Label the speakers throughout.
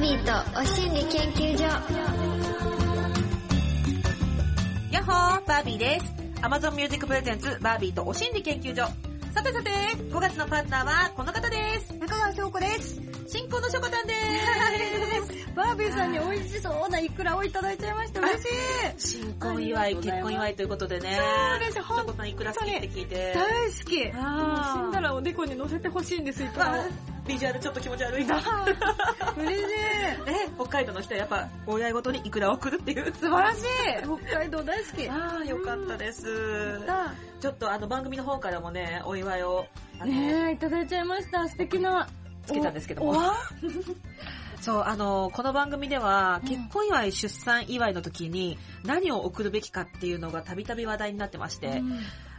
Speaker 1: リーとお心理研究所
Speaker 2: やっほーバービーです Amazon Music Presents バービーとお心理研究所さてさて、5月のパートナーはこの方です
Speaker 3: 中川翔子です。
Speaker 2: 新婚のしょこたんで
Speaker 3: バービーさんに美味しそうなイクラをいただいちゃいました。 嬉しい。
Speaker 2: す新婚祝い、結婚祝いということでね
Speaker 3: そうです
Speaker 2: しょこたんいくら好きって聞いて
Speaker 3: 大好き。死ん
Speaker 2: あー
Speaker 3: だらおでこに乗せてほしいんです、イクラを
Speaker 2: あ。ビジュアルちょっと気持ち悪いな
Speaker 3: 嬉しい。
Speaker 2: え、北海道の人はやっぱ、お祝いごとにいくらを送るっていう。
Speaker 3: 素晴らしい。北海道大好き。
Speaker 2: ああ、よかったです。
Speaker 3: だ
Speaker 2: ちょっとあの番組の方からもね、お祝いを、あの、
Speaker 3: ねえ、いただいちゃいました。素敵な。
Speaker 2: つけたんですけど
Speaker 3: お
Speaker 2: も。
Speaker 3: わ
Speaker 2: そう、あの、この番組では、結婚祝い、出産祝いの時に何を送るべきかっていうのがたびたび話題になってまして、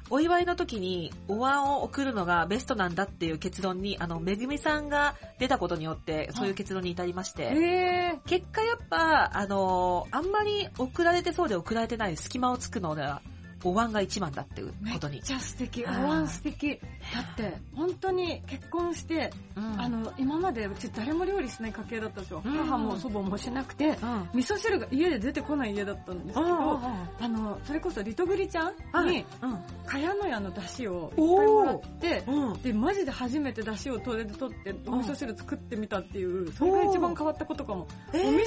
Speaker 2: お祝いの時にお椀を送るのがベストなんだっていう結論に、あの、めぐみさんが出たことによって、そういう結論に至りまして、
Speaker 3: ええ
Speaker 2: 結果やっぱ、あのーあんまり送られてそうで送られてない隙間をつくのでは、お椀が一番だっていう
Speaker 3: め
Speaker 2: こ
Speaker 3: っ
Speaker 2: とに。
Speaker 3: ちゃ素敵。お
Speaker 2: あー
Speaker 3: わん素敵。だって、本当に結婚して、
Speaker 2: うん
Speaker 3: あ、の、今までうち誰も料理しない家系だったんですよ。
Speaker 2: うん
Speaker 3: 母も祖母もしなくて、
Speaker 2: うん。
Speaker 3: 味噌汁が家で出てこない家だったんですけど、あの、それこそリトグリちゃんに、
Speaker 2: う
Speaker 3: かやのやの出汁をいっぱいもら
Speaker 2: お
Speaker 3: っ
Speaker 2: ー
Speaker 3: て、
Speaker 2: ん。うん。
Speaker 3: で、マジで初めて出汁を取れで取って、
Speaker 2: ん
Speaker 3: お味噌汁作ってみたっていう、それが一番変わったことかも。
Speaker 2: え
Speaker 3: お味噌汁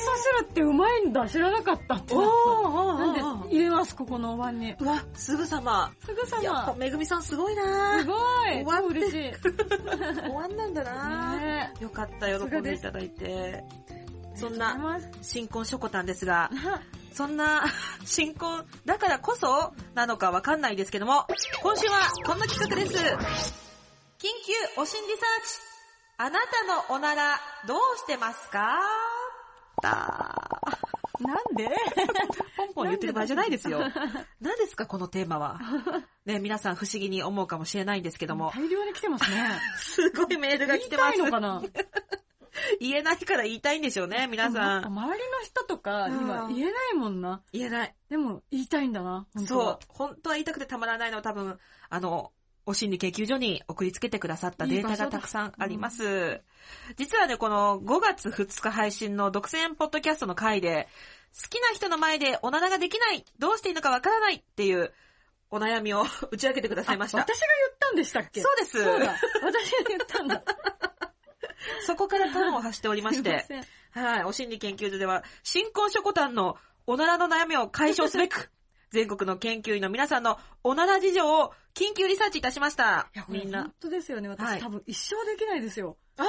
Speaker 3: ってうまいんだ、知らなかったってなっ
Speaker 2: お
Speaker 3: た。
Speaker 2: ー
Speaker 3: なんで、入れます、ここのお椀に。
Speaker 2: うわ、すぐさま。
Speaker 3: すぐさ
Speaker 2: いや、
Speaker 3: ま。
Speaker 2: めぐみさんすごいなー
Speaker 3: す ごい
Speaker 2: お椀
Speaker 3: 超嬉しい。
Speaker 2: お椀なんだなー
Speaker 3: ね
Speaker 2: よかった、喜んでいただいて。そんな、
Speaker 3: ありがと
Speaker 2: 新婚しょこたんですが
Speaker 3: うご、ざいます
Speaker 2: そんな、 新婚だからこそなのかわかんないですけども、今週はこんな企画です。緊急お心理サーチ。あなたのおならどうしてますか
Speaker 3: なんで
Speaker 2: ポンポン言ってる場合じゃないです よ。何ですかこのテーマ は。ね、皆さん不思議に思うかもしれないんですけども、
Speaker 3: 大量に来てますね。
Speaker 2: すごいメールが
Speaker 3: 言い
Speaker 2: 来てま
Speaker 3: た
Speaker 2: す
Speaker 3: い。のかな
Speaker 2: 言えないから言いたいんでしょうね、皆さ
Speaker 3: で
Speaker 2: ん。
Speaker 3: もなんか周りの人とか、
Speaker 2: うん
Speaker 3: 今言えないもんな。
Speaker 2: 言えない。
Speaker 3: でも、言いたいんだな。本当
Speaker 2: そう
Speaker 3: は。。
Speaker 2: 本当は言いたくてたまらないのは多分、あの、お心理研究所に送りつけてくださったデータがたくさんあります。実はね、この5月2日配信の独占ポッドキャストの回で、好きな人の前でおならができないどうしていいのかわからないっていうお悩みを 打ち明けてくださいまし
Speaker 3: あ
Speaker 2: た。
Speaker 3: 私が言ったんでしたっけ
Speaker 2: そうです
Speaker 3: そうだ。私が言ったんだ。
Speaker 2: そこから端を発しておりまして
Speaker 3: す、いま
Speaker 2: はい、お心理研究所では、新婚ショコタンのおならの悩みを解消すべ く、全国の研究員の皆さんのおなら事情を緊急リサーチいたしました。
Speaker 3: せん。い
Speaker 2: み
Speaker 3: や、こ
Speaker 2: ん
Speaker 3: れ
Speaker 2: な
Speaker 3: 本。当ですよね。私、
Speaker 2: はい
Speaker 3: 多分一生できないですよ。
Speaker 2: あ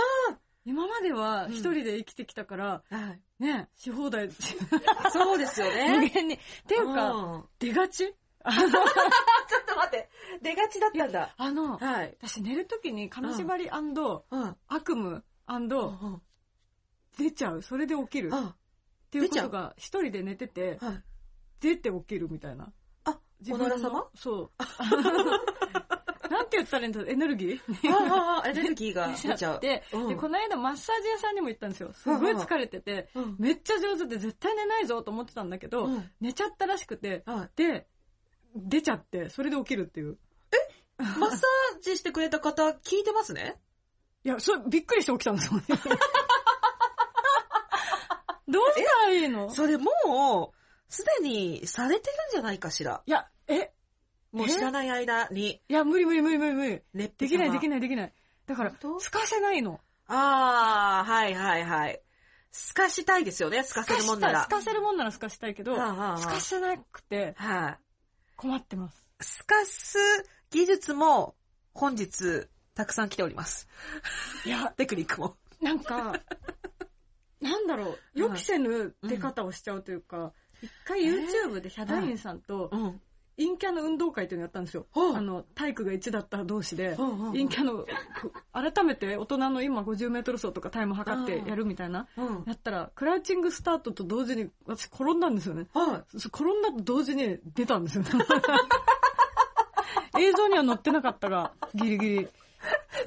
Speaker 3: 今までは
Speaker 2: うん
Speaker 3: 一人で生きてきたから、
Speaker 2: はい。
Speaker 3: ね、し放題、
Speaker 2: そうですよ
Speaker 3: 無
Speaker 2: ね。
Speaker 3: 限に。っていう
Speaker 2: う
Speaker 3: か、
Speaker 2: ん
Speaker 3: 出が ち
Speaker 2: ちょっと待って、出がちだったんだ。
Speaker 3: あの、
Speaker 2: はい。
Speaker 3: 私寝るときに金縛り
Speaker 2: うん。
Speaker 3: 悪夢
Speaker 2: うん
Speaker 3: 出ちゃう。それで起きる。っ
Speaker 2: あ、
Speaker 3: ていう
Speaker 2: 出
Speaker 3: こ
Speaker 2: ちゃう
Speaker 3: とが、一人で寝てて、
Speaker 2: はい。
Speaker 3: 出て起きるみたいな。
Speaker 2: あ、
Speaker 3: 自分の
Speaker 2: おなら様
Speaker 3: そう。なんて言ったらいいんだろうエネルギー
Speaker 2: ああ、エネルギーが
Speaker 3: 出
Speaker 2: 出
Speaker 3: ち
Speaker 2: ち
Speaker 3: ゃ
Speaker 2: ゃ
Speaker 3: っ
Speaker 2: う。
Speaker 3: て、
Speaker 2: うん
Speaker 3: で、この間マッサージ屋さんにも行ったんですよ。すごい疲れてて、
Speaker 2: うん
Speaker 3: めっちゃ上手で絶対寝ないぞと思ってたんだけど、
Speaker 2: うん
Speaker 3: 寝ちゃったらしくて、
Speaker 2: はい。
Speaker 3: で、出ちゃって、それで起きるっていう。
Speaker 2: マッサージしてくれた方、聞いてますね
Speaker 3: いや、それ、びっくりして起き たんですよね。どうしたらいいの
Speaker 2: それもう、すでにされてるんじゃないかしら。
Speaker 3: いや、え、
Speaker 2: もう知らない間に、
Speaker 3: いや、無理無理無理無理無理。
Speaker 2: 熱
Speaker 3: できないでき
Speaker 2: い。
Speaker 3: ないできない。だから、
Speaker 2: 本当
Speaker 3: 透かせないの。
Speaker 2: ああ、はいはいはい。透かしたいですよね、透かせるもんなら
Speaker 3: 透。かしたい透かせるもんなら透かしたいけど、
Speaker 2: は
Speaker 3: 透
Speaker 2: あはあはあ
Speaker 3: かせなくて
Speaker 2: はい。
Speaker 3: 困ってます。
Speaker 2: 透かす技術も本日たくさん来ております。
Speaker 3: いや、
Speaker 2: テクニックも。
Speaker 3: な んか、なんだろう、予期せぬ出方をしちゃうというか、一回 YouTube でヒャダインさんと、
Speaker 2: ん。
Speaker 3: 陰キャの運動会というのやったんですよ。
Speaker 2: ほう
Speaker 3: あの、体育が1だった同士で、
Speaker 2: ほうほうほう
Speaker 3: 陰キャの、こ改めて大人の今50メートル走とかタイム測ってやるみたいな、
Speaker 2: うん。
Speaker 3: やったら、クラウチングスタートと同時に、私転んだんですよね。
Speaker 2: はい。
Speaker 3: そう転んだと同時に出た んですよ。映像には載ってなかったが、ギリギリ。も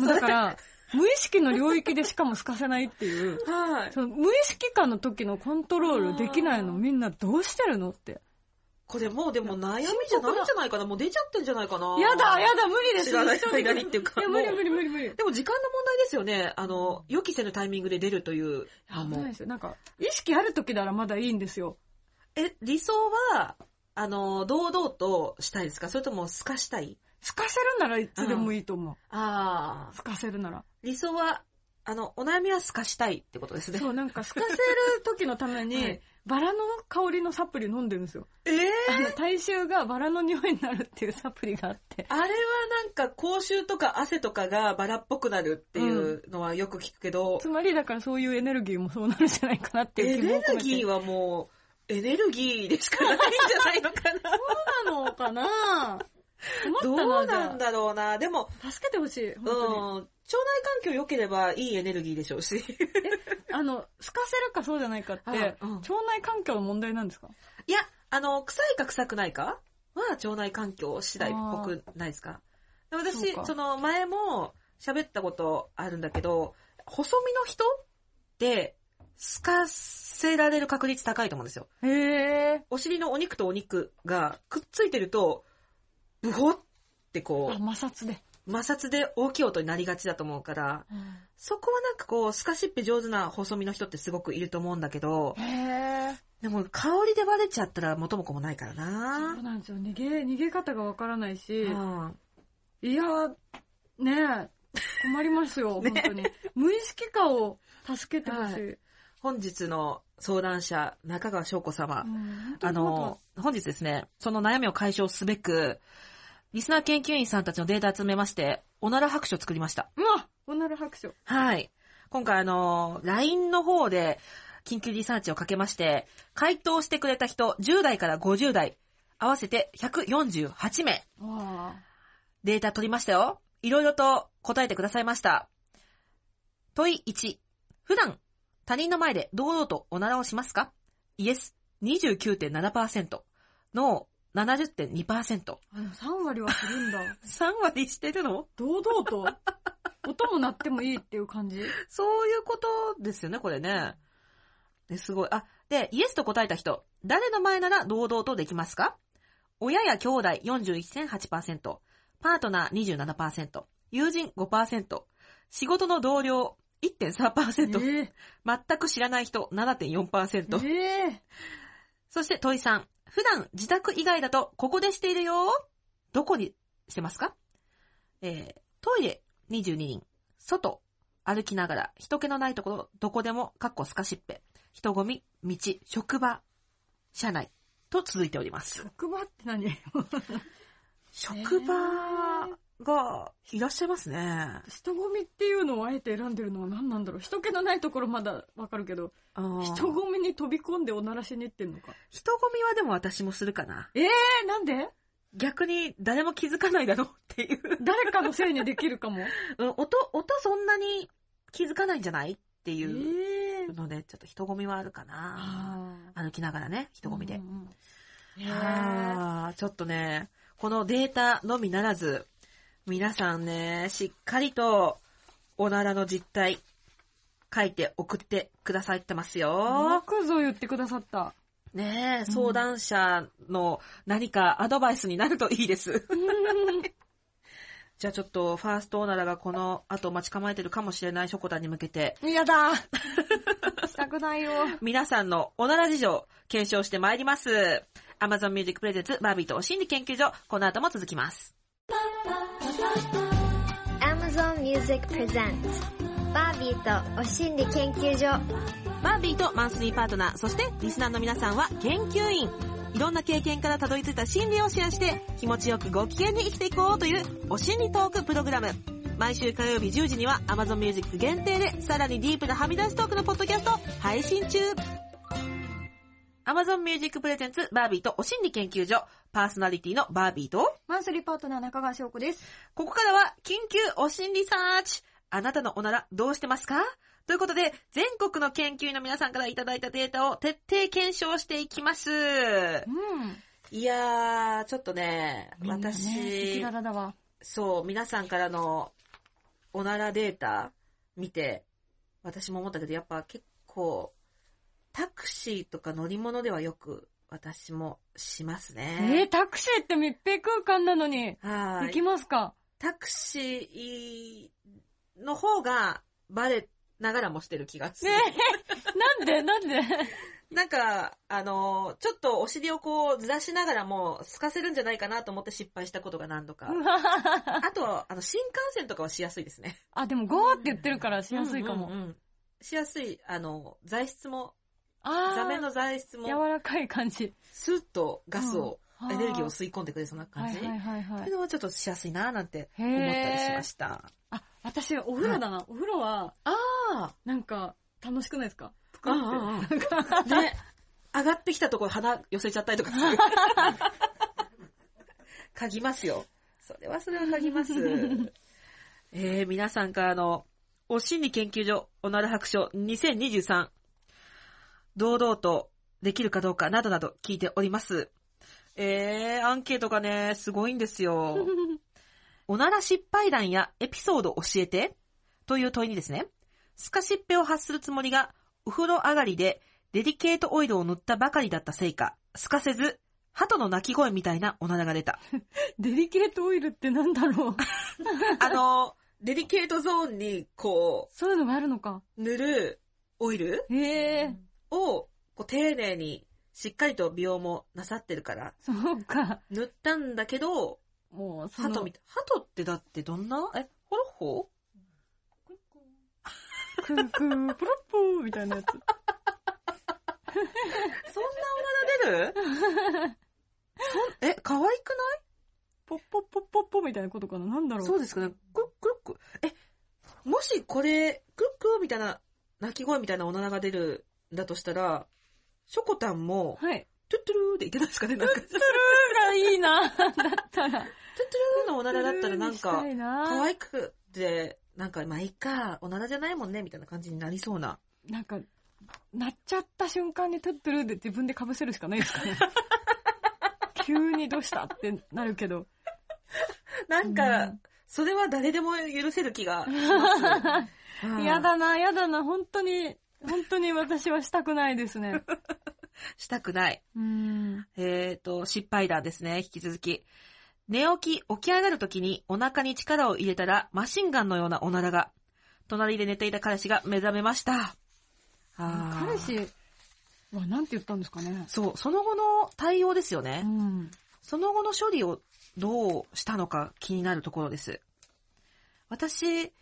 Speaker 3: うだから、無意識の領域でしかも透かせないっていう、
Speaker 2: はい。
Speaker 3: その無意識感の時のコントロールできないのみんなどうしてるのって。
Speaker 2: これもうでも悩みじゃないんじゃないかなもう出ちゃってんじゃないかな
Speaker 3: やだ、やだ、無理です。
Speaker 2: 知らない
Speaker 3: 一人で
Speaker 2: 間にっていうか
Speaker 3: いや、
Speaker 2: もう
Speaker 3: 無理無理無理無理。
Speaker 2: でも時間の問題ですよね。あの、予期せぬタイミングで出るという。
Speaker 3: あ、
Speaker 2: も
Speaker 3: も
Speaker 2: う
Speaker 3: う。ですよ。なんか、意識ある時ならまだいいんですよ。
Speaker 2: え、理想は、あの、堂々としたいですかそれとも透かしたい
Speaker 3: 透かせるならいつでもいいと思
Speaker 2: あ
Speaker 3: う。。透かせるなら。
Speaker 2: 理想は、あの、お悩みは透かしたいってことですね
Speaker 3: そ。う、なんか透かせる時のため
Speaker 2: は
Speaker 3: に
Speaker 2: い、
Speaker 3: バラの香りのサプリ飲んでるんですよ。
Speaker 2: ええ
Speaker 3: あの、体臭がバラの匂いになるっていうサプリがあって。
Speaker 2: あれはなんか、口臭とか汗とかがバラっぽくなるっていうのはよく聞くけど、
Speaker 3: つまりだからそういうエネルギーもそうなるんじゃないかなってい
Speaker 2: エ
Speaker 3: う気
Speaker 2: ネ
Speaker 3: も込
Speaker 2: ル
Speaker 3: めて。
Speaker 2: ギーはもう、エネルギーでしかないんじゃないのかな
Speaker 3: そうなのかな
Speaker 2: ど
Speaker 3: 困ったな
Speaker 2: うなんだろうな。でも、
Speaker 3: じゃあ助けてほしい。
Speaker 2: うん、
Speaker 3: 本
Speaker 2: 腸
Speaker 3: 当に
Speaker 2: 内環境良ければいいエネルギーでしょうし。
Speaker 3: あの、透かせるかそうじゃないかって、
Speaker 2: あうん
Speaker 3: 腸内環境の問題なんですか
Speaker 2: いや、あの、臭いか臭くないかは腸内環境次第っぽくないですかで私
Speaker 3: そう
Speaker 2: そ、
Speaker 3: か
Speaker 2: の前も喋ったことあるんだけど、細身の人って透かせられる確率高いと思うんですよ。
Speaker 3: へえ。
Speaker 2: お尻のお肉とお肉がくっついてると、ブホってこ
Speaker 3: あ、摩擦で。
Speaker 2: う、摩擦で大きい音になりがちだと思うから、そこはなんかこう、透かしっぺ上手な細身の人ってすごくいると思うんだけど、
Speaker 3: へえ。
Speaker 2: でも香りでバレちゃったら元も子もないから
Speaker 3: そ
Speaker 2: な
Speaker 3: う。なんですよ。逃げ、逃げ方がわからないし、
Speaker 2: うん
Speaker 3: いやー、ねえ、困ります よ、本当に。無意識化を助けてほしい。
Speaker 2: 本日の相談者、中川翔子様。
Speaker 3: うん
Speaker 2: あの、、本日ですね、その悩みを解消すべく、リスナー研究員さんたちのデータ集めまして、おなら白書を作りました。
Speaker 3: 本当にうわおなら白書。
Speaker 2: はい。今回あの、LINE の方で、緊急リサーチをかけまして、回答してくれた人、10代から50代、合わせて148名。
Speaker 3: わ
Speaker 2: データ取りましたよ。いろいろと答えてくださいました。問い1。普段、他人の前で堂々とおならをしますかイエス、29.7%。ノー、70.2%。
Speaker 3: あ、でも3割はするんだ。
Speaker 2: 3割してるの
Speaker 3: 堂々と、音も鳴ってもいいっていう感 じ。
Speaker 2: そういうことですよね、これね。ですごい。あ、で、イエスと答えた人。誰の前なら堂々とできますか親や兄弟41.8%、パートナー27%、友人5%、仕事の同僚1.3%、
Speaker 3: え
Speaker 2: 全く知らない人
Speaker 3: え
Speaker 2: 7.4%、
Speaker 3: ええ
Speaker 2: そして問いさん。普段自宅以外だとここでしているよ。どこにしてますかえー、トイレ22人。外、歩きながら、人気のないところ、どこでも、かっこすかしっぺ。人混み、道、職場、車内、と続いております。
Speaker 3: 職場って何
Speaker 2: 職場がいらっしゃいますね。
Speaker 3: 人混みっていうのをあえて選んでるのは何なんだろう人気のないところまだわかるけど、人
Speaker 2: 人
Speaker 3: 混みに飛び込んでおならしに行ってんのか。
Speaker 2: 人混みはでも私もするかな。
Speaker 3: えなんで
Speaker 2: 逆に誰も気づかないだろうっていう。
Speaker 3: 誰かのせいにできるかも。
Speaker 2: うん音、音そんなに気づかないんじゃないって
Speaker 3: え
Speaker 2: いう。
Speaker 3: え
Speaker 2: ので、ちょっと人混みはあるかな。歩きながらね、人混みで。
Speaker 3: あ
Speaker 2: あーちょっとね、このデータのみならず、皆さんね、しっかりと、おならの実態、書いて送ってくださいってます
Speaker 3: ー。よ
Speaker 2: よ。
Speaker 3: くぞ言ってくだ さった。
Speaker 2: ねえ、
Speaker 3: うん
Speaker 2: 相談者の何かアドバイスになるといいです。じゃあちょっと、ファーストおならがこの後待ち構えてるかもしれないショコタンに向けて、
Speaker 3: やだしたくないよ。
Speaker 2: 皆さんのおなら事情、検証してまいります。Amazon Music Presents バービーとお心理研究所、この後も続きます。
Speaker 1: Amazon Music Presents バービーとお心理研究所
Speaker 2: バービーとマンスリーパートナー、そしてリスナーの皆さんは研究員。いろんな経験からたどり着いた心理をシェアして、気持ちよくご機嫌に生きていこうという、お心理トークプログラム。毎週火曜日10時には Amazon Music 限定で、さらにディープなはみ出しトークのポッドキャスト、配信中 Amazon Music Presents バービーとお心理研究所、パーソナリティのバービーと、
Speaker 3: マンスリーパートナー中川翔子です。
Speaker 2: ここからは、緊急お心理サーチあなたのおならどうしてますかということで、全国の研究員の皆さんからいただいたデータを徹底検証していきます。
Speaker 3: うん。
Speaker 2: いやー、ちょっとね、
Speaker 3: みんなね
Speaker 2: 私、
Speaker 3: 赤裸々だわ。
Speaker 2: そう、皆さんからのおならデータ見て、私も思ったけど、やっぱ結構、タクシーとか乗り物ではよく私もします
Speaker 3: えー、
Speaker 2: ね。
Speaker 3: タクシーって密閉空間なのに、
Speaker 2: はい
Speaker 3: でき。ますか
Speaker 2: タクシーの方がバレながらもしてる気がす
Speaker 3: ね
Speaker 2: る。
Speaker 3: え、なんでなんで
Speaker 2: なんか、あのーちょっとお尻をこうずらしながらも透かせるんじゃないかなと思って失敗したことが何度か。あと、あの、新幹線とかはしやすいですね。
Speaker 3: あ、でもゴーって言ってるからしやすいかも。
Speaker 2: うんうんうんしやすい、あの、材質も、
Speaker 3: あー
Speaker 2: 座面の材質も、
Speaker 3: 柔らかい感じ。
Speaker 2: スーッとガスを、
Speaker 3: うん
Speaker 2: エネルギーを
Speaker 3: は
Speaker 2: 吸い込んでくれそうな
Speaker 3: あは
Speaker 2: 感
Speaker 3: い
Speaker 2: じ。って。
Speaker 3: はいはいはいいう
Speaker 2: のはちょっとしやすいなーなんて
Speaker 3: へ
Speaker 2: 思ったりし
Speaker 3: え
Speaker 2: ま。した。
Speaker 3: あ、私、お風呂だな。お風呂は、
Speaker 2: あ
Speaker 3: なんか、楽しくないです かぷ
Speaker 2: あ、
Speaker 3: く
Speaker 2: う
Speaker 3: っ
Speaker 2: ん
Speaker 3: て
Speaker 2: うんうん。
Speaker 3: なんか
Speaker 2: ね、上がってきたところ鼻寄せちゃったりと かする。嗅ぎますよ。それはそれは嗅ぎます。えー、皆さんからの、お心理研究所おなる白書2023、堂々とできるかどうかなどなど聞いております。えー、アンケートがね、すごいんですよ。おなら失敗談やエピソード教えてという問いにですね、スカシッペを発するつもりが、お風呂上がりでデリケートオイルを塗ったばかりだったせいか、すかせず、鳩の鳴き声みたいなおならが出た。
Speaker 3: デリケートオイルってなんだろ う。
Speaker 2: あの、デリケートゾーンにこ
Speaker 3: そういうのがあるのか。
Speaker 2: う、塗るオイル
Speaker 3: へえ、
Speaker 2: を、こう丁寧に、しっかりと美容もなさってるから、
Speaker 3: そうか。
Speaker 2: 塗ったんだけど、
Speaker 3: もう、そ
Speaker 2: 鳩
Speaker 3: の
Speaker 2: み、たい。鳩ってだってどんなえ、ホロッホ
Speaker 3: クンクン、プロッポーみたいなやつ。
Speaker 2: そんなおなら出る そんえ、可愛くない
Speaker 3: ポッポッポッポッポみたいなことかな。なんだろう。
Speaker 2: そうですかね。クルックルック。え、もしこれ、クルックみたいな、鳴き声みたいなおならが出るんだとしたら、ショコタンも、
Speaker 3: はい。
Speaker 2: トゥットゥルーでいけないですかねなんか、トゥットゥル
Speaker 3: がいいな。だったら。
Speaker 2: ーのおならだったらなんか
Speaker 3: した、い
Speaker 2: 可
Speaker 3: な
Speaker 2: 愛くて、なんか、まあいいか、おならじゃないもんね、みたいな感じになりそうな。
Speaker 3: なんか、鳴っちゃった瞬間にトゥットゥルーで自分で被せるしかないです かね。急にどうしたってなるけど。
Speaker 2: なんか、
Speaker 3: うん
Speaker 2: それは誰でも許せる気がし ます。うん
Speaker 3: や。だな、やだな、本当に、本当に私はしたくないで すね。
Speaker 2: したくない。
Speaker 3: うん。
Speaker 2: えーと、失敗談ですね、引き続き。寝起き、起き上がるときにお腹に力を入れたらマシンガンのようなおならが。隣で寝ていた彼氏が目覚めました。あー
Speaker 3: 彼氏はなんて言ったんですかね。
Speaker 2: そう、その後の対応ですよね。
Speaker 3: うん。
Speaker 2: その後の処理をどうしたのか気になるところです。私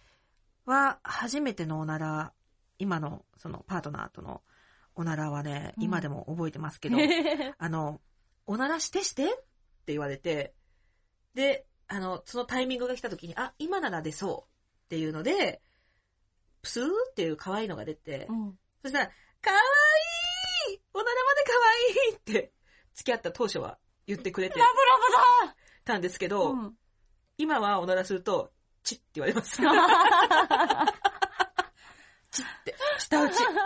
Speaker 2: は初めてのおなら、今のそのパートナーとのおならはね、
Speaker 3: うん
Speaker 2: 今でも覚えてますけど、あの、おならしてしてって言われて、で、あの、そのタイミングが来た時に、あ、今なら出そうっていうので、プスーっていう可愛いのが出て、
Speaker 3: うん
Speaker 2: そしたら、可愛いおならまで可愛いって、付き合った当初は言ってくれて
Speaker 3: ラブラ
Speaker 2: たんですけ
Speaker 3: ブだ
Speaker 2: ど、
Speaker 3: うん
Speaker 2: 今はおならすると、チッ って言われます。チッって、舌打ち。だか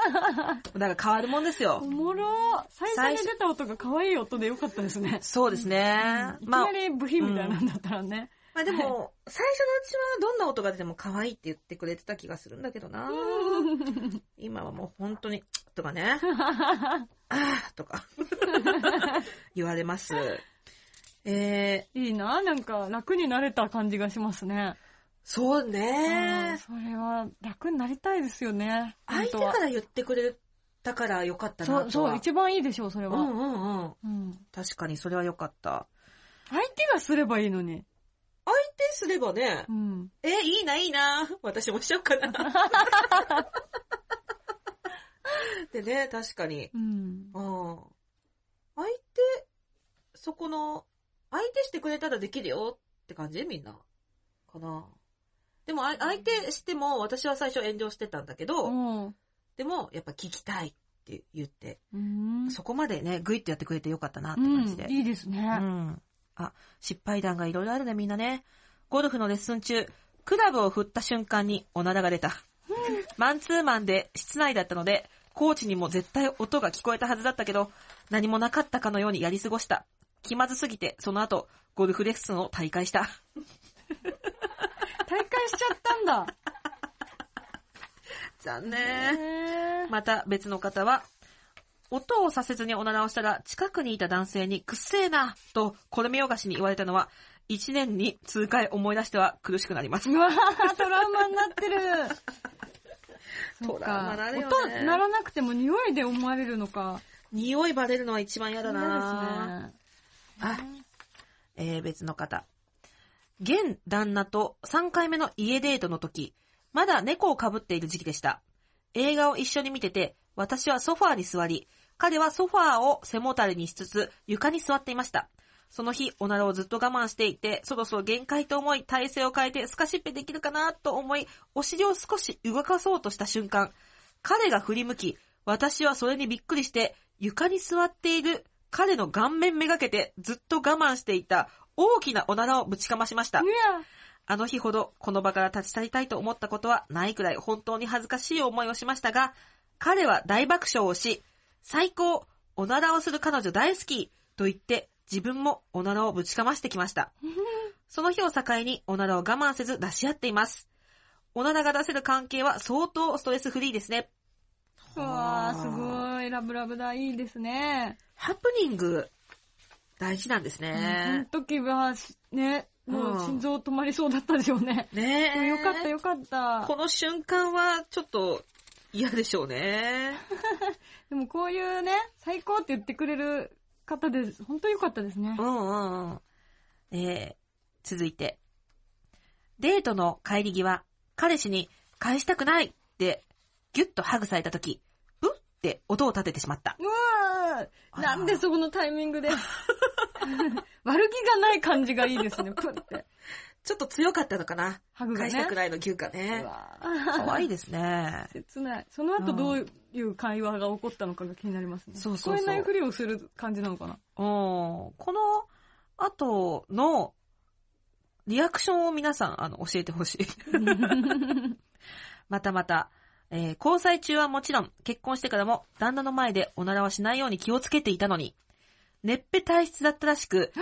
Speaker 2: ら変わるもんです
Speaker 3: お
Speaker 2: よ。
Speaker 3: もろ最初に出た音が可愛い音でよかったですね。
Speaker 2: そうですね。
Speaker 3: いき
Speaker 2: まあ
Speaker 3: な、り部品みたいなんだったらね。
Speaker 2: まあでも、最初のうちはどんな音が出ても可愛いって言ってくれてた気がするんだけどな今はもう本当に、とか ね、あーとか、 言われます。えー、
Speaker 3: いいななんか楽になれた感じがしますね。
Speaker 2: そう
Speaker 3: う
Speaker 2: ね
Speaker 3: ん。それは楽になりたいですよね。
Speaker 2: 相手
Speaker 3: 本
Speaker 2: から言ってくれたからよかった
Speaker 3: 当は
Speaker 2: な
Speaker 3: そう、
Speaker 2: とは
Speaker 3: そう、一番いいでしょう、それ
Speaker 2: う
Speaker 3: は。
Speaker 2: んうんうん。
Speaker 3: うん
Speaker 2: 確かにそれはよかった。
Speaker 3: 相手がすればいいのに。
Speaker 2: で、すればね
Speaker 3: う、ん。
Speaker 2: え、いいな、いいな。私もしようか な。でね、確かに。
Speaker 3: うん。
Speaker 2: うん。相手、そこの、相手してくれたらできるよって感じみんな。かな。でも、あ相手しても、私は最初遠慮してたんだけど、
Speaker 3: うん
Speaker 2: でも、やっぱ聞きたいって言って、
Speaker 3: うん。
Speaker 2: そこまでね、グイッとやってくれてよかったなって
Speaker 3: う
Speaker 2: 感
Speaker 3: ん
Speaker 2: じで。
Speaker 3: いいです
Speaker 2: う
Speaker 3: ね。
Speaker 2: ん。あ、失敗談がいろいろあるね、みんなね。ゴルフのレッスン中、クラブを振った瞬間におならが出た。マンツーマンで室内だったので、コーチにも絶対音が聞こえたはずだったけど、何もなかったかのようにやり過ごした。気まずすぎて、その後、ゴルフレッスンを大会した。
Speaker 3: 大会しちゃったん だ。
Speaker 2: 残
Speaker 3: へ。ー
Speaker 2: また別の方は、音をさせずにおならをしたら、近くにいた男性に、くっせえなと、これみよがしに言われたのは、一年に数回思い出しては苦しくなります。
Speaker 3: うわートラウマになってる。そ う
Speaker 2: トラウマ
Speaker 3: か
Speaker 2: になるよね
Speaker 3: 音鳴らなくても匂いで思われるのか。
Speaker 2: 匂いバレるのは一番嫌だな
Speaker 3: 嫌
Speaker 2: あ、えー、別の方。現旦那と3回目の家デートの時、まだ猫をかぶっている時期でした。映画を一緒に見てて、私はソファーに座り、彼はソファーを背もたれにしつつ、床に座っていました。その日、おならをずっと我慢していて、そろそろ限界と思い、体勢を変えて、スカシッペできるかなと思い、お尻を少し動かそうとした瞬間、彼が振り向き、私はそれにびっくりして、床に座っている彼の顔面めがけて、ずっと我慢していた大きなおならをぶちかましました
Speaker 3: う。わ
Speaker 2: あの日ほどこの場から立ち去りたいと思ったことはないくらい本当に恥ずかしい思いをしましたが、彼は大爆笑をし、最高おならをする彼女大好きと言って、自分もおならをぶちかましてきました。その日を境におならを我慢せず出し合っています。おならが出せる関係は相当ストレスフリーですね。
Speaker 3: うわーすごい。ラブラブだ。いいですね。
Speaker 2: ハプニング、大事なんです
Speaker 3: うん
Speaker 2: ね。
Speaker 3: その時はし、ね、もう心臓止まりそうだったでしょうね。
Speaker 2: ねえ。
Speaker 3: よかったよかった。
Speaker 2: この瞬間はちょっと嫌でしょうね。
Speaker 3: でもこういうね、最高って言ってくれる方で、本当よかったですね
Speaker 2: う。んうんうん。えー、続いて。デートの帰り際、彼氏に返したくないって、ギュッとハグされた時、うって音を立ててしまった。
Speaker 3: うわーなんでそこのタイミング で。 悪気がない感じがいいですね、プって。
Speaker 2: ちょっと強かったのかな
Speaker 3: ハグがね。
Speaker 2: ないのギュッか
Speaker 3: う。わー
Speaker 2: かわいいですね。
Speaker 3: 切ない。その後どういう会話が起こったのかが気になりますね。
Speaker 2: そうそうそう
Speaker 3: 聞こえないふりをする感じなのかな。
Speaker 2: うん。この後のリアクションを皆さん、あの、教えてほしい。またまた、えー交際中はもちろん、結婚してからも、旦那の前でおならはしないように気をつけていたのに、熱っぺ体質だったらし く、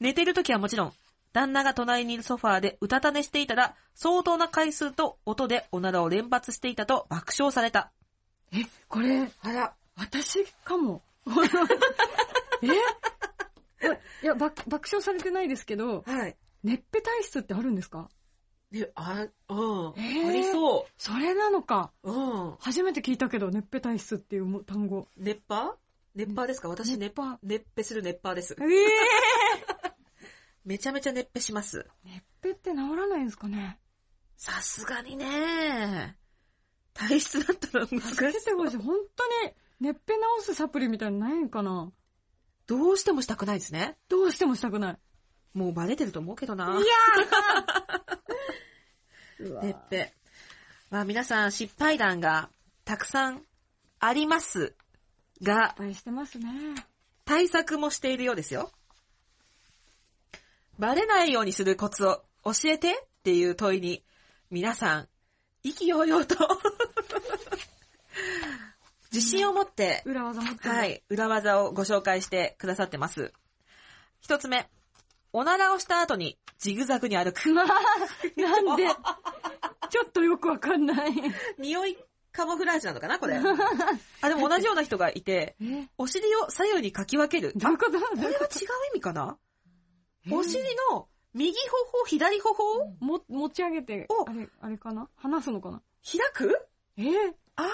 Speaker 2: 寝ている時はもちろん、旦那が隣にいるソファーでうたた寝していたら、相当な回数と音でおならを連発していたと爆笑された。
Speaker 3: え、これ、
Speaker 2: あら。
Speaker 3: 私かも。 えいや爆、爆笑されてないですけど、
Speaker 2: はい。
Speaker 3: 熱ぺ体質ってあるんですか
Speaker 2: で、あ、うん。
Speaker 3: ーあり
Speaker 2: そ
Speaker 3: それなのか。
Speaker 2: う。うん。
Speaker 3: 初めて聞いたけど、熱ぺ体質っていうも単語。
Speaker 2: 熱波熱波ですか私熱波、熱波する熱波です
Speaker 3: え。え
Speaker 2: めちゃめちゃ熱波します。
Speaker 3: 熱ぺって治らないんですかね
Speaker 2: さすがにね体質だったら難し
Speaker 3: 助
Speaker 2: い
Speaker 3: け。てほしい。本当に、熱ぺ治すサプリみたいなのないんかな
Speaker 2: どうしてもしたくないですね。
Speaker 3: どうしてもしたくない。
Speaker 2: もうバレてると思うけどな。 熱波。まあ皆さん失敗談がたくさんありますが、
Speaker 3: ぱいしてますね。
Speaker 2: 対策もしているようですよ。バレないようにするコツを教えてっていう問いに、皆さん、意気揚々と、自信を持って、
Speaker 3: 裏技持ってる
Speaker 2: はい、裏技をご紹介してくださってます。一つ目、おならをした後にジグザグに歩く。
Speaker 3: なんで、ちょっとよくわかんない。
Speaker 2: 匂いカモフラージュなのかなこ れ。あ、でも同じような人がいて、
Speaker 3: え、
Speaker 2: お尻を左右にかき分ける。
Speaker 3: どういうこと
Speaker 2: これは違う意味かな
Speaker 3: えー
Speaker 2: お尻の右頬、左頬を
Speaker 3: も、持ち上げて
Speaker 2: お、
Speaker 3: あれ、あれかな話すのかな
Speaker 2: 開く
Speaker 3: えー
Speaker 2: あ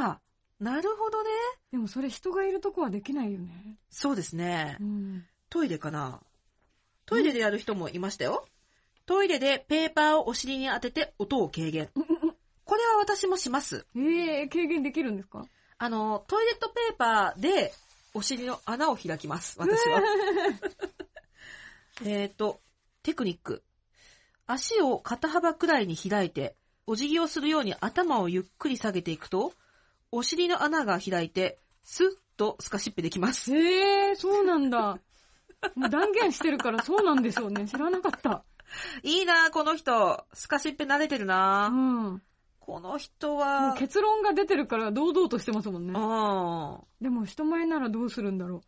Speaker 2: あ、なるほどね。
Speaker 3: でもそれ人がいるとこはできないよね。
Speaker 2: そうですね
Speaker 3: う。ん。
Speaker 2: トイレかなトイレでやる人もいましたよ。トイレでペーパーをお尻に当てて音を軽減。これは私もします。
Speaker 3: ええ軽減できるんですか
Speaker 2: あの、トイレットペーパーでお尻の穴を開きます。私は。えっと、テクニック。足を肩幅くらいに開いて、お辞儀をするように頭をゆっくり下げていくと、お尻の穴が開いて、スッとスカシッペできます。
Speaker 3: ええそうなん だ。もう断言してるからそうなんでしょうね。知らなかった。
Speaker 2: いいなぁ、この人。スカシッペ慣れてるなぁ。
Speaker 3: うん。も
Speaker 2: この人
Speaker 3: う
Speaker 2: は、
Speaker 3: 結論が出てるから堂々としてますもん
Speaker 2: う
Speaker 3: ね。
Speaker 2: ん。
Speaker 3: でも人前ならどうするんだろ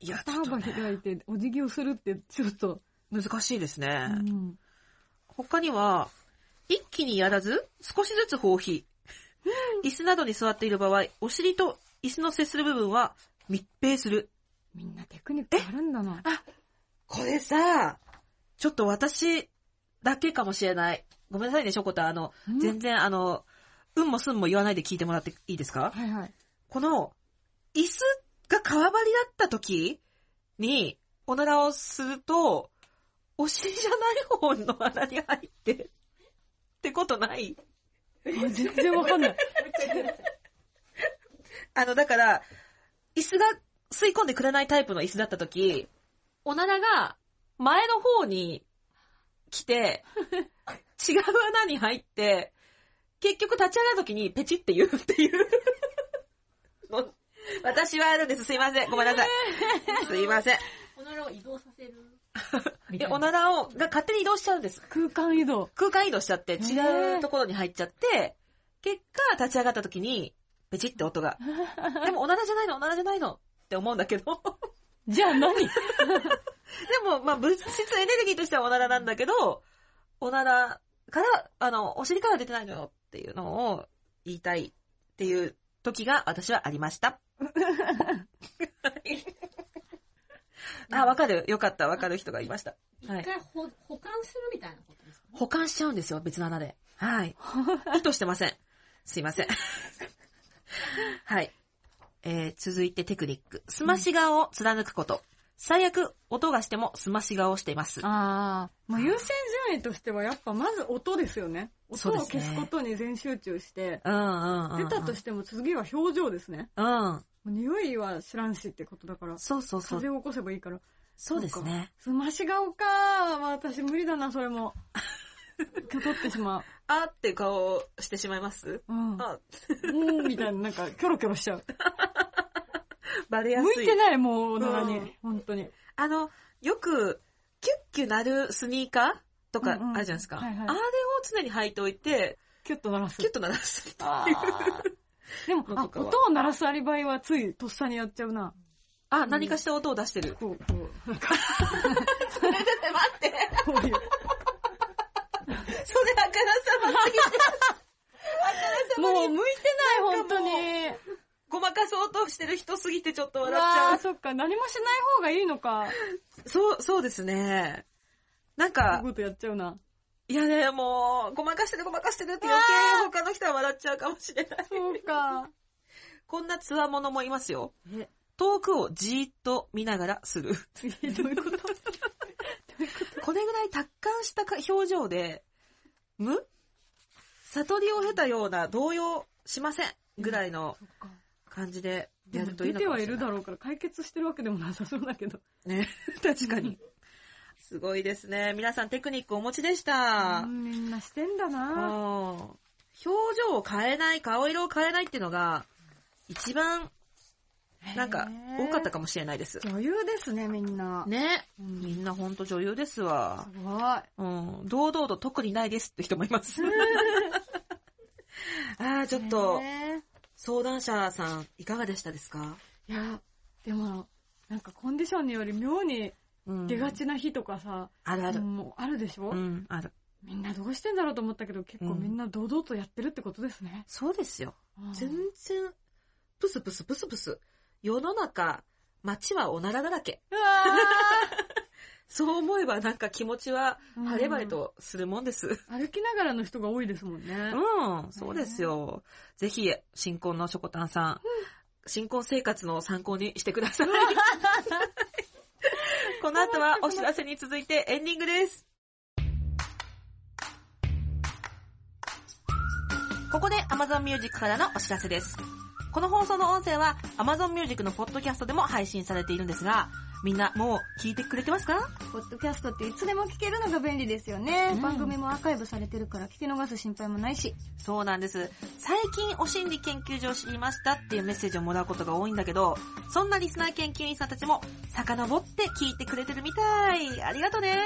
Speaker 2: いや
Speaker 3: う。、
Speaker 2: ちょっ
Speaker 3: 肩
Speaker 2: と
Speaker 3: 幅
Speaker 2: ね、
Speaker 3: 開いてお辞儀をするってちょっと。
Speaker 2: 難しいです
Speaker 3: う
Speaker 2: ね。
Speaker 3: ん。
Speaker 2: 他には、一気にやらず、少しずつ放屁。椅子などに座っている場合、お尻と椅子の接する部分は密閉する。
Speaker 3: みんなテクニックあるんだな。
Speaker 2: これさ、ちょっと私だけかもしれない。ごめんなさいね、しょこたん。あの、
Speaker 3: うん
Speaker 2: 全然あの、うんもすんも言わないで聞いてもらっていいですか
Speaker 3: はいはい。
Speaker 2: この、椅子が川張りだった時に、おならをすると、お尻じゃない方の穴に入って、ってことない
Speaker 3: あ全然わかんない。
Speaker 2: あの、だから、椅子が吸い込んでくれないタイプの椅子だった時、おならが前の方に来 て、違う穴に入って、結局立ち上がる時にペチって言うっていう。の 私はあるんです。すいません。ごめんなさい。すいません。
Speaker 4: おならを移動させる。
Speaker 2: で、おならを、が勝手に移動しちゃうんです。
Speaker 3: 空間移動。
Speaker 2: 空間移動しちゃって、
Speaker 3: へ
Speaker 2: 違
Speaker 3: ー
Speaker 2: うところに入っちゃって、結果、立ち上がった時に、ペチって音が。でも、おならじゃないの、おならじゃないのって思うんだけど。
Speaker 3: じゃあ何
Speaker 2: でも、まあ、物質エネルギーとしてはおならなんだけど、おならから、あの、お尻から出てないのよっていうのを言いたいっていう時が私はありました。 あ、わかる。よかった。わかる人がいました。
Speaker 4: 一
Speaker 2: はい
Speaker 4: 回ほ、保管するみたいなことですかね
Speaker 2: 保管しちゃうんですよ、別の穴で。 はい。意図してません。すいません。はい。えー、続いてテクニック。すまし顔を貫くこと。最悪、音がしてもすまし顔をしています。
Speaker 3: ああ。まあ優先順位としてはやっぱまず音ですよね。
Speaker 2: そ
Speaker 3: 音
Speaker 2: う
Speaker 3: を
Speaker 2: ですね
Speaker 3: 消すことに全集中して、
Speaker 2: うんうんうんう
Speaker 3: 出
Speaker 2: ん。
Speaker 3: たとしても次は表情ですね。
Speaker 2: うん。
Speaker 3: もう匂いは知らんしってことだから、
Speaker 2: そうそうそ
Speaker 3: 風
Speaker 2: う。
Speaker 3: を起こせばいいから。
Speaker 2: そうですね。
Speaker 3: すまし顔かまあ私無理だな、そ れも。受け取ってしま
Speaker 2: あーって顔をしてしまいます
Speaker 3: う。うん。
Speaker 2: あ、
Speaker 3: うん、みたいな、なんか、キョロキョロしちゃう。
Speaker 2: バレや
Speaker 3: 向いてない、もう、おなら
Speaker 2: うん
Speaker 3: に。本当に。
Speaker 2: あの、よく、キュッキュ鳴るスニーカーとかあ
Speaker 3: う
Speaker 2: るじ
Speaker 3: ん
Speaker 2: ゃ
Speaker 3: うん
Speaker 2: ないですか。
Speaker 3: はいはい
Speaker 2: あれを常に履いておいて、
Speaker 3: キュッと鳴らす
Speaker 2: キュ。ッと鳴らすっていう
Speaker 3: あーでも、
Speaker 2: の
Speaker 3: あ
Speaker 2: とかは
Speaker 3: 音を鳴らすアリバイはついとっさにやっちゃうな。
Speaker 2: あ、何かしら音を出して る。
Speaker 3: こう、こう、なんか、
Speaker 2: 待 って、
Speaker 3: こ ういう。
Speaker 2: それあからさますぎ て。
Speaker 3: もう、向いてない、本当に。
Speaker 2: ごまかそうとしてる人すぎてちょっと
Speaker 3: う
Speaker 2: 笑っち
Speaker 3: わ
Speaker 2: ゃ
Speaker 3: ー、
Speaker 2: う。
Speaker 3: そっか、何もしない方がいいのか。
Speaker 2: そう、そうですね。なん
Speaker 3: こういう
Speaker 2: か、
Speaker 3: ことやっちゃうな。
Speaker 2: いやね、もう、ごまかしてるごまかしてるって余計他の人は笑っちゃうかもしれない。
Speaker 3: そうか。
Speaker 2: こんなつわものもいますよ。
Speaker 3: え、
Speaker 2: 遠くをじーっと見ながらす る。
Speaker 3: どういうこと
Speaker 2: これぐらい達観したか表情で、無悟りを経たような動揺しませんぐらいの
Speaker 3: そっか。
Speaker 2: 感じで
Speaker 3: で
Speaker 2: や
Speaker 3: も
Speaker 2: るといい
Speaker 3: 出
Speaker 2: の
Speaker 3: て
Speaker 2: かも
Speaker 3: は
Speaker 2: しれない。
Speaker 3: いるだろうから、解決してるわけでもなさそうだけど。
Speaker 2: ね、 確かに。すごいですね。皆さんテクニックお持ちでした
Speaker 3: う。んみんなしてんだ
Speaker 2: うん
Speaker 3: な
Speaker 2: 表情を変えない、顔色を変えないっていうのが、一番、なんか、多かった
Speaker 3: か
Speaker 2: かもしれないです。
Speaker 3: 女優ですね、みんな。
Speaker 2: ね。
Speaker 3: うん
Speaker 2: みんなほんと女優ですわ
Speaker 3: す。ごい。
Speaker 2: うん。堂々と特にないですって人もいます。ああ、ちょっと、
Speaker 3: ね
Speaker 2: 相談者さん、いかがでしたですか
Speaker 3: いや、でも、なんかコンディションにより妙に
Speaker 2: うん
Speaker 3: 出がちな日とかさ、
Speaker 2: あるある。
Speaker 3: もうあるでしょ、
Speaker 2: うん、ある。
Speaker 3: みんなどうしてんだろうと思ったけど、結構みんな堂々とやってるってことですね。
Speaker 2: そうですよ。
Speaker 3: うん
Speaker 2: 全然、プスプスプスプス。世の中、街はおならだらけ。
Speaker 3: うわ
Speaker 2: そう思えばなんか気持ちは
Speaker 3: ー
Speaker 2: 晴れ晴れ。とするもんです。
Speaker 3: うん歩きながらの人が多いですもんね。
Speaker 2: うん、 そうですよ。ぜひ、新婚のしょこたんさん、新婚生活の参考にしてくだ さい。この後はお知らせに続いてエンディングです。ここで Amazon Music からのお知らせです。この放送の音声は Amazon Music のポッドキャストでも配信されているんですが、みんなもう聞いてくれてますか
Speaker 5: ポッドキャストっていつでも聞けるのが便利ですよね。
Speaker 2: うん
Speaker 5: 番組もアーカイブされてるから聞き逃す心配もないし。
Speaker 2: そうなんです。最近お心理研究所を知りましたっていうメッセージをもらうことが多いんだけど、そんなリスナー研究員さんたちも遡って聞いてくれてるみたい。ありがとね。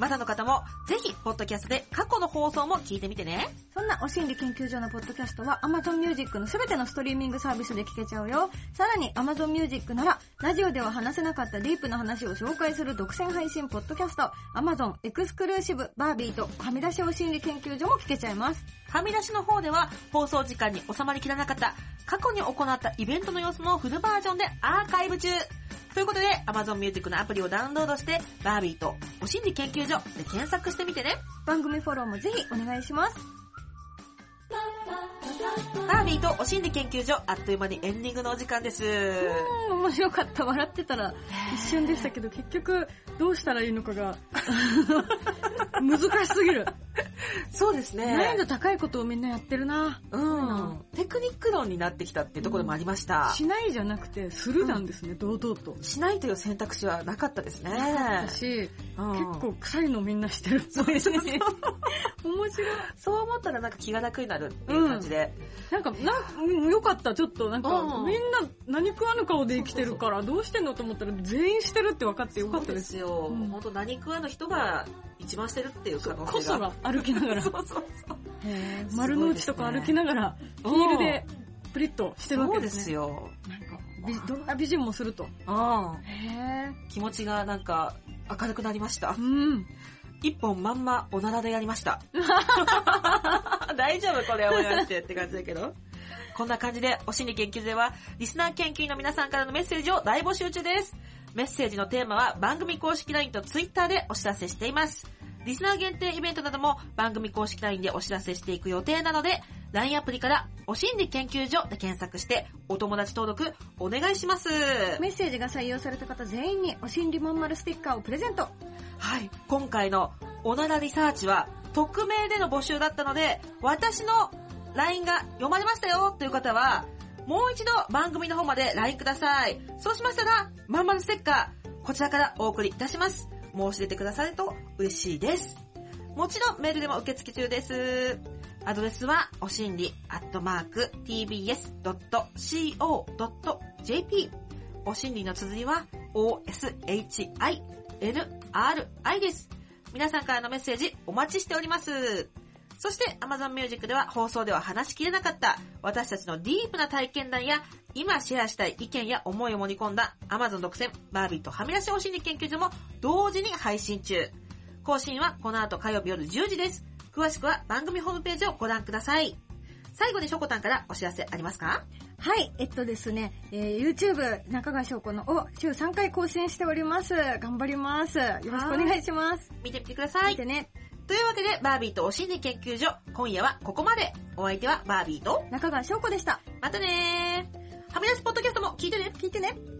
Speaker 2: まだの方もぜひ、ポッドキャストで過去の放送も聞いてみてね。
Speaker 5: そんなお心理研究所のポッドキャストは Amazon Music のすべてのストリーミングサービスで聞けちゃうよ。さらに Amazon Music なら、ラジオでは話せなかったディープな話を紹介する独占配信ポッドキャスト、Amazon エクスクルーシブバービーとはみ出しお心理研究所も聞けちゃいます。
Speaker 2: はみ出しの方では、放送時間に収まりきらなかった、過去に行ったイベントの様子のフルバージョンでアーカイブ中ということで、Amazon Music のアプリをダウンロードして、バービーとお心理研究所で検索してみてね。
Speaker 5: 番組フォローもぜひお願いします。
Speaker 2: バービーとお心理研究所、あっという間にエンディングのお時間です。
Speaker 5: うん、面白かった。笑ってたら
Speaker 3: 一瞬でしたけど、結局、どうしたらいいのかが、 難しすぎる。
Speaker 2: そうですね
Speaker 3: 難易度高いことをみんなやってるな。
Speaker 2: うん。テクニック論になってきたっていうところもありました。
Speaker 3: しないじゃなくて、するなんですね、堂々と。
Speaker 2: しないという選択肢はなかったですね。
Speaker 3: 私、
Speaker 2: うん
Speaker 3: 結構臭いのみんなしてる。
Speaker 2: そうですね。
Speaker 3: 面白い。
Speaker 2: そう思ったらなんか気が楽になるっていう感じで。
Speaker 3: なんか、な、よかった、ちょっと、なんか、
Speaker 2: うん
Speaker 3: みんな何食わぬ顔で生きてるから、どうしてんのと思ったら、全員してるって分かってよかったです。
Speaker 2: すよ
Speaker 3: うん
Speaker 2: 本当何食わぬ人が一番してるっていう可能性が。
Speaker 3: こそが歩きながら
Speaker 2: そ、うそうそう。
Speaker 3: 丸の内とか歩きながら、ヒールで、プリッとしてるわ
Speaker 2: そ
Speaker 3: け
Speaker 2: う
Speaker 3: で
Speaker 2: です
Speaker 3: ね。
Speaker 2: すよ。
Speaker 3: なんか、びどんな美人もすると。
Speaker 2: うん。
Speaker 3: へえ。
Speaker 2: 気持ちがなんか明るくなりました
Speaker 3: う。ん。
Speaker 2: 一本まんまおならでやりました。 大丈夫これ思いましてって感じだけど。こんな感じで、お心理研究所では、リスナー研究員の皆さんからのメッセージを大募集中です。メッセージのテーマは番組公式 LINE と Twitter でお知らせしています。リスナー限定イベントなども番組公式 LINE でお知らせしていく予定なので、LINE アプリから、お心理研究所で検索して、お友達登録お願いします。
Speaker 5: メッセージが採用された方全員にお心理まんまるステッカーをプレゼント。
Speaker 2: はい、今回のおならリサーチは匿名での募集だったので、私の LINE が読まれましたよという方は、もう一度番組の方まで LINE ください。そうしましたら、まんまるステッカー、こちらからお送りいたします。申し出てくださると嬉しいです。もちろんメールでも受付中です。アドレスは、おしんり、アットマーク、tbs.co.jp。おしんりの綴りは、oshi、NRI です。皆さんからのメッセージお待ちしております。そして Amazon Music では放送では話しきれなかった私たちのディープな体験談や今シェアしたい意見や思いを盛り込んだ Amazon 独占バービーとはみ出しお心理研究所も同時に配信中。更新はこの後火曜日夜10時です。詳しくは番組ホームページをご覧ください。最後にしょこたんからお知らせありますか
Speaker 5: はい、えっとですね、えー YouTube 中川翔子のを週3回更新しております。頑張ります。よろしくお願いします。
Speaker 2: 見てみてください。
Speaker 5: 見てね、
Speaker 2: というわけで、バービーとお心理研究所、今夜はここまで。お相手はバービーと
Speaker 5: 中川翔子でした。
Speaker 2: またねー。はみ出しポッドキャストも聞いてね。聞いてね。